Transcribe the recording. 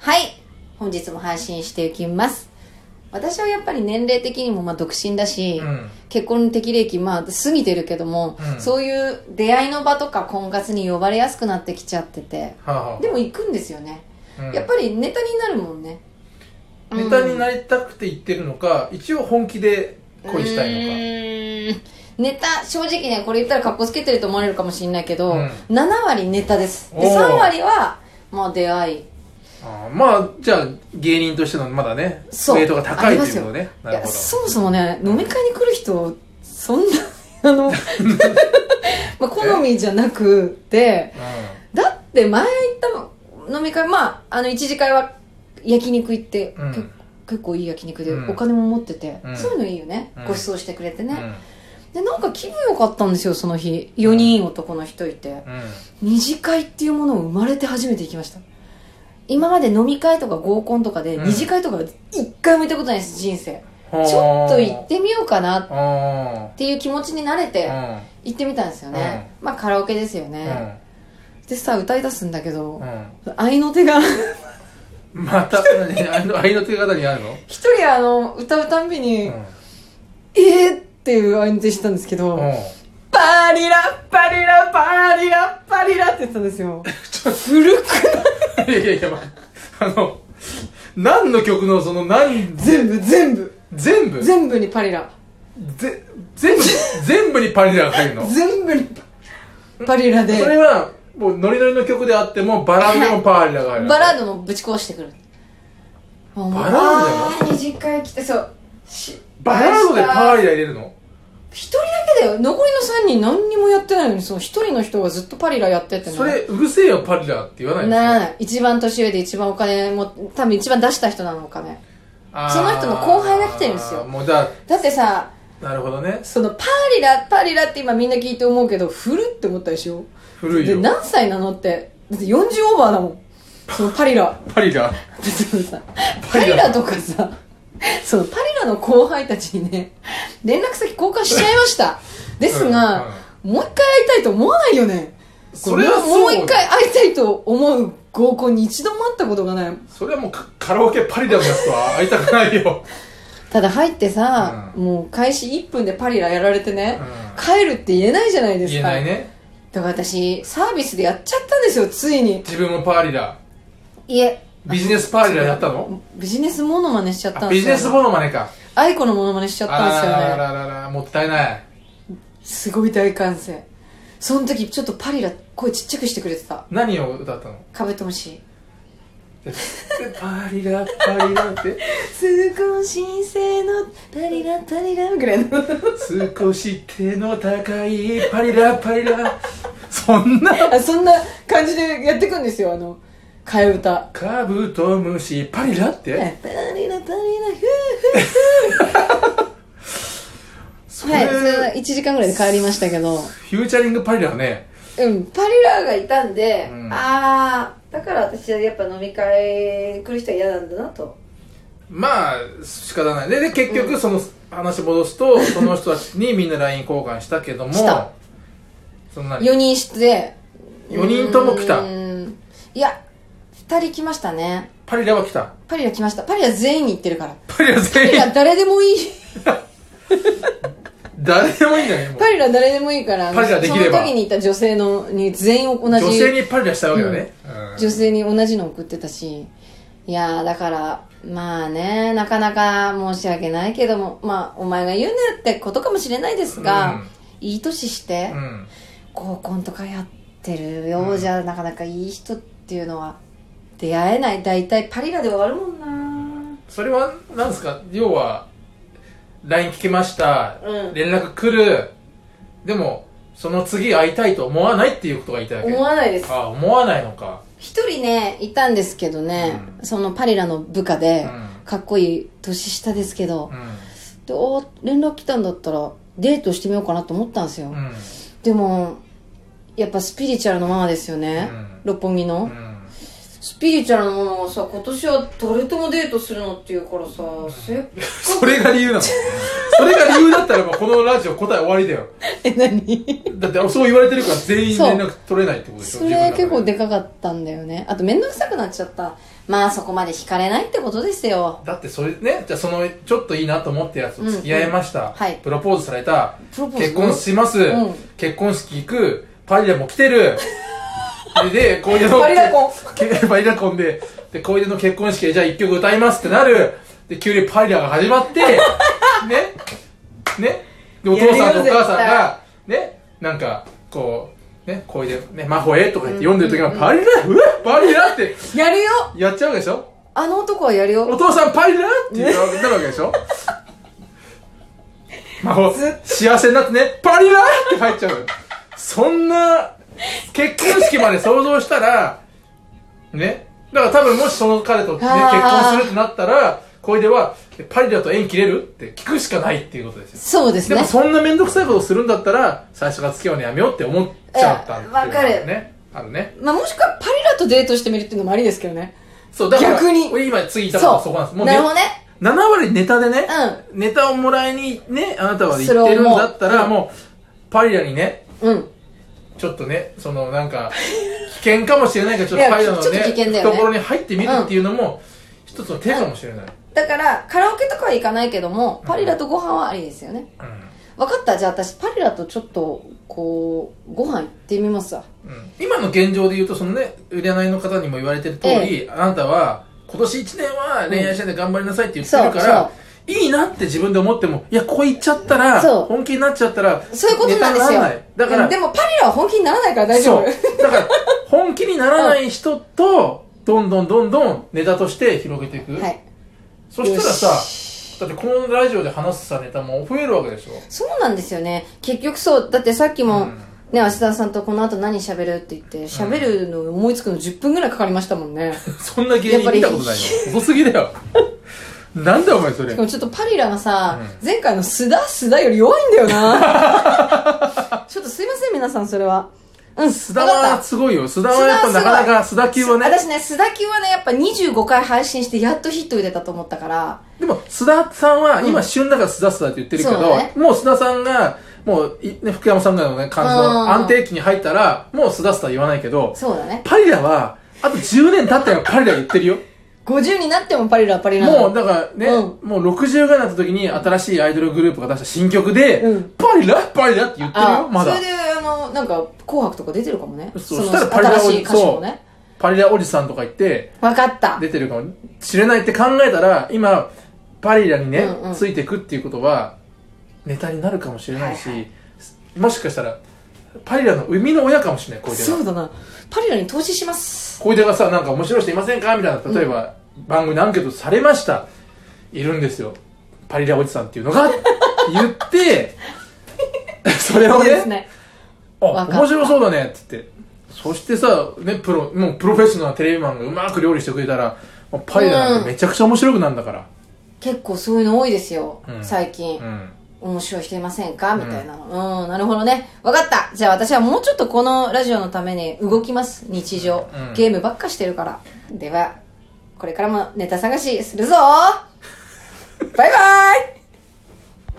はい。本日も配信していきます。私はやっぱり年齢的にもまあ独身だし、うん結婚適齢期まあ過ぎてるけども、うんそういう出会いの場とか婚活に呼ばれやすくなってきちゃってて、はあはでも行くんですよね。あうんやっぱりネタになるもんね。ネタになりたくて言ってるのか一応本気で恋したいのかいのか。ネタ、正直ね、これ言ったら格好つけてると思われるかもしれないけど、うん7割ネタです。で、おー3割は、まあ出会い。あーまあじゃあ芸人としてのまだねそうレートが高あいとりまいすうよことねないるやほどそもそもね飲み会に来る人そんな あ のまあ好みじゃなくてだって前行った飲み会まああの一次会は焼肉行って、うんけ結構いい焼肉でうんお金も持ってて、うんそういうのいいよね、うんご馳走してくれてうんね、でなんか気分良かったんですよその日4人男の人いてうんうん二次会っていうものを生まれて初めて行きました今まで飲み会とか合コンとかでうん二次会とか一回も行ったことないです人生はあちょっと行ってみようかなっあていう気持ちに慣れてあ行ってみたんですよね、まあカラオケですよね、でさ歌い出すんだけどうんうん愛の手 がうんまた何愛の愛の手方にあるの一人あの歌うたんびに「うえー!」っていう愛の手してたんですけど「んうんパリラパリラパリラパリラ」って言ってたんですよ古くないいやいやいやまあの何の曲のその何全部全部全部全部にパリラぜ全部全部にパリラが入るの全部にパパリラでそれはもうノリノリの曲であってもバラードでもパーリラがあるバラードもぶち壊してくるババラードでも二次会来てそうしバラードでパーリラ入れるの一人だけだよ残りの3人何にもやってないのにその一人の人がずっとパリラやっててねそれうるせえよパリラって言わないんですよなあ一番年上で一番お金も多分一番出した人なのかねあーその人の後輩が来てるんですよもうだだってさなるほどねそのパリラパリラって今みんな聞いて思うけど古って思ったでしょ古いでよ何歳なのってだって40オーバーだもんそのパリラ パリラそのさパパリリララとかさそのパリラの後輩たちにね連絡先交換しちゃいましたですが、もう一回会いたいと思わないよねそれはそうもう一回会いたいと思う合コンに一度も会ったことがないそれはもうカカラオケパリラのやつとは会いたくないよ、ただ入ってさ、うもう開始1分でパリラやられてね、う帰るって言えないじゃない でん、す言えかないねだから私サービスでやっちゃったんですよついに自分もパーリラいえビジネスパーリラやったのビジネスモノマネしちゃったあんでビすジよネスボノマネかアイコのモノマネしちゃったんですよねあらららららもったいないすごい大歓声その時ちょっとパリラ声ちっちゃくしてくれてた何を歌 ったのカブトムシでパリラパリラって少し背のパリラパリラぐらいの少し手の高いパリラパリラそんなあそんな感じでやってくんですよあの替え歌カブトムシパリラって、えパリラパリラそふーはいそれは1時間ぐらいで帰りましたけどフューチャリングパリラねうんパリラがいたんで、うんああだから私はやっぱ飲み会来る人は嫌なんだなとまあ仕方ないでで結局その話戻すと、その人たちにみんな LINE 交換したけどもしたそんなに4人して四人とも来たうーんいや2人来ましたねパリラは来たパリラ来ましたパリラ全員に行ってるからパリラパ全リ員ラ誰でもいい誰でもいいんじゃないもうパリラ誰でもいいからあのパリラできればその時にいた女性のに全員同じ女性にパリラしたわけだね、うん女性に同じの送ってたしいやーだからまあねなかなか申し訳ないけどもまあお前が言うねってことかもしれないですが、うんいい年してうん合コンとかやってるようじゃ、なかなかいい人っていうのは出会えない大体パリラで終わるもんなそれはなんですか要は LINE 聞きました、うん連絡来るでもその次会いたいと思わないっていうことが言いたいわけ思わないですあ思わないのか一人ねいたんですけどね、うそのパリラの部下で、うんかっこいい年下ですけど、うであ連絡来たんだったらデートしてみようかなと思ったんですよ、んうんでもやっぱスピリチュアルのママですよね、うん六本木の、 うんスピリチュアルのママはさ今年は誰ともデートするのっていうからさせっそれが理由 なのそれが理由だったらもうこのラジオ答え終わりだよえ何だってそう言われてるから全員連絡取れないってことでしょそれ結構ででかかったんだよねあと面倒くさくなっちゃったまあそこまで惹かれないってことですよだってそれねじゃあそのちょっといいなと思ってやつと付き合いました、はいプロポーズされたプロポーズ結婚します、うん結婚式行くパリでも来て るそれでこういうのパリラ コンけパリラコンでで小出の結婚式でじゃあ一曲歌いますってなるで急にパリラが始まって ねねでお父さんとお母さんがねなんかこうね小出ね魔法へとか言って読んでる時がパリラうわパリラってやるよやっちゃうでしょあの男はやるおよ父さんパリだって言うわけなるわけで しょ魔法幸せになってねパリだって入っちゃうのよそんな結婚式まで想像したらねだから多分もしその彼と、ね、結あー婚するってなったら小出はパリだと縁切れるって聞くしかないっていうことですよそうですでねもそんな面倒くさいことをするんだったら最初から付き合うのやめようって思っちゃったっていうのがいやわかねあるねまあもしくはパリラとデートしてみるっていうのもありですけどねそうだから逆に俺今次言いたかったのはそそこなんですううねなるほどね7割ネタでね、ネタをもらいにねあなたは行ってるんだったそれらをもうパリラにねうんちょっとねそのな んか危険かもしれないからちょっとパリラのいやちょっと危険だねよね懐に入ってみるっていうのも一つの手かもしれない、だからカラオケとかは行かないけどもパリラとご飯はありですよねうん分かったじゃあ私パリラとちょっとこうご飯行ってみますわうん今の現状で言うとそのね占いの方にも言われてる通り、あなたは今年1年は恋愛してて頑張りなさいって言ってるから、そういいなって自分で思っても、いや、ここ行っちゃったら、そう本気になっちゃったら、そういうことなんですネタによらないだから、でもパリラは本気にならないから大丈夫そう。だから、本気にならない人と、どんどんどんどんネタとして広げていく。 はいそしたらよさ、だってこのラジオで話すさネタも増えるわけで しょ。そうなんですよね結局そうだってさっきも、うんね芦田さんとこの後何喋るって言って喋るの思いつくの10分ぐらいかかりましたもんね そんな芸人見たことないよ。遅すぎだよ。 なんだお前それで。もちょっとパリラがさ、う前回の須田須田より弱いんだよな ちょっとすいません皆さんそれはうん須田わかはったすごいよ。須田はやっぱなかなか須田級はね。私ね須田級はねやっぱ25回配信してやっとヒット打てたと思ったからでも須田さんは今旬だから須田須田って言ってるけど、そうだねもう須田さんが、もうい、ね、福山さんぐらいのね、感じうんの安定期に入ったら、もう須田須田言わないけど、そうだねパリラは、あと10年経ったらパリラ言ってるよ。 50になってもパリラはパリラなのもう、だからね、うもう60ぐらいになった時に新しいアイドルグループが出した新曲で、うんパリラパリラって言ってるあよ、まだそ。れであのなんか「紅白」とか出てるかもねそうのそしたらパリラを新しい歌手もねパリラおじさんとか言って、わかった出てるかもしれないって考えたら、今、パリラにね、うんうんついてくっていうことは、ネタになるかもしれないし、はいはもしかしたら、パリラの生みの親かもしれない、小出そが。うだなパリラに投資します小出がさ、なんか面白い人いませんかみたいな、例えば、番組のアンケートされました。いるんですよ。パリラおじさんっていうのが、言って、 それをそうでね、すねわかあっ、た面白そうだねって言って。そしてさ、ね、プロ、もうプロフェッショナルなテレビマンがうまく料理してくれたら、もうパリラなんてめちゃくちゃ面白くなるんだから。結構そういうの多いですよ、うん最う近、ん。面白い人いませんかみたいなのうん、なるほどねわかったじゃあ私はもうちょっとこのラジオのために動きます日常、うんゲームばっかしてるから ではこれからもネタ探しするぞバイバイ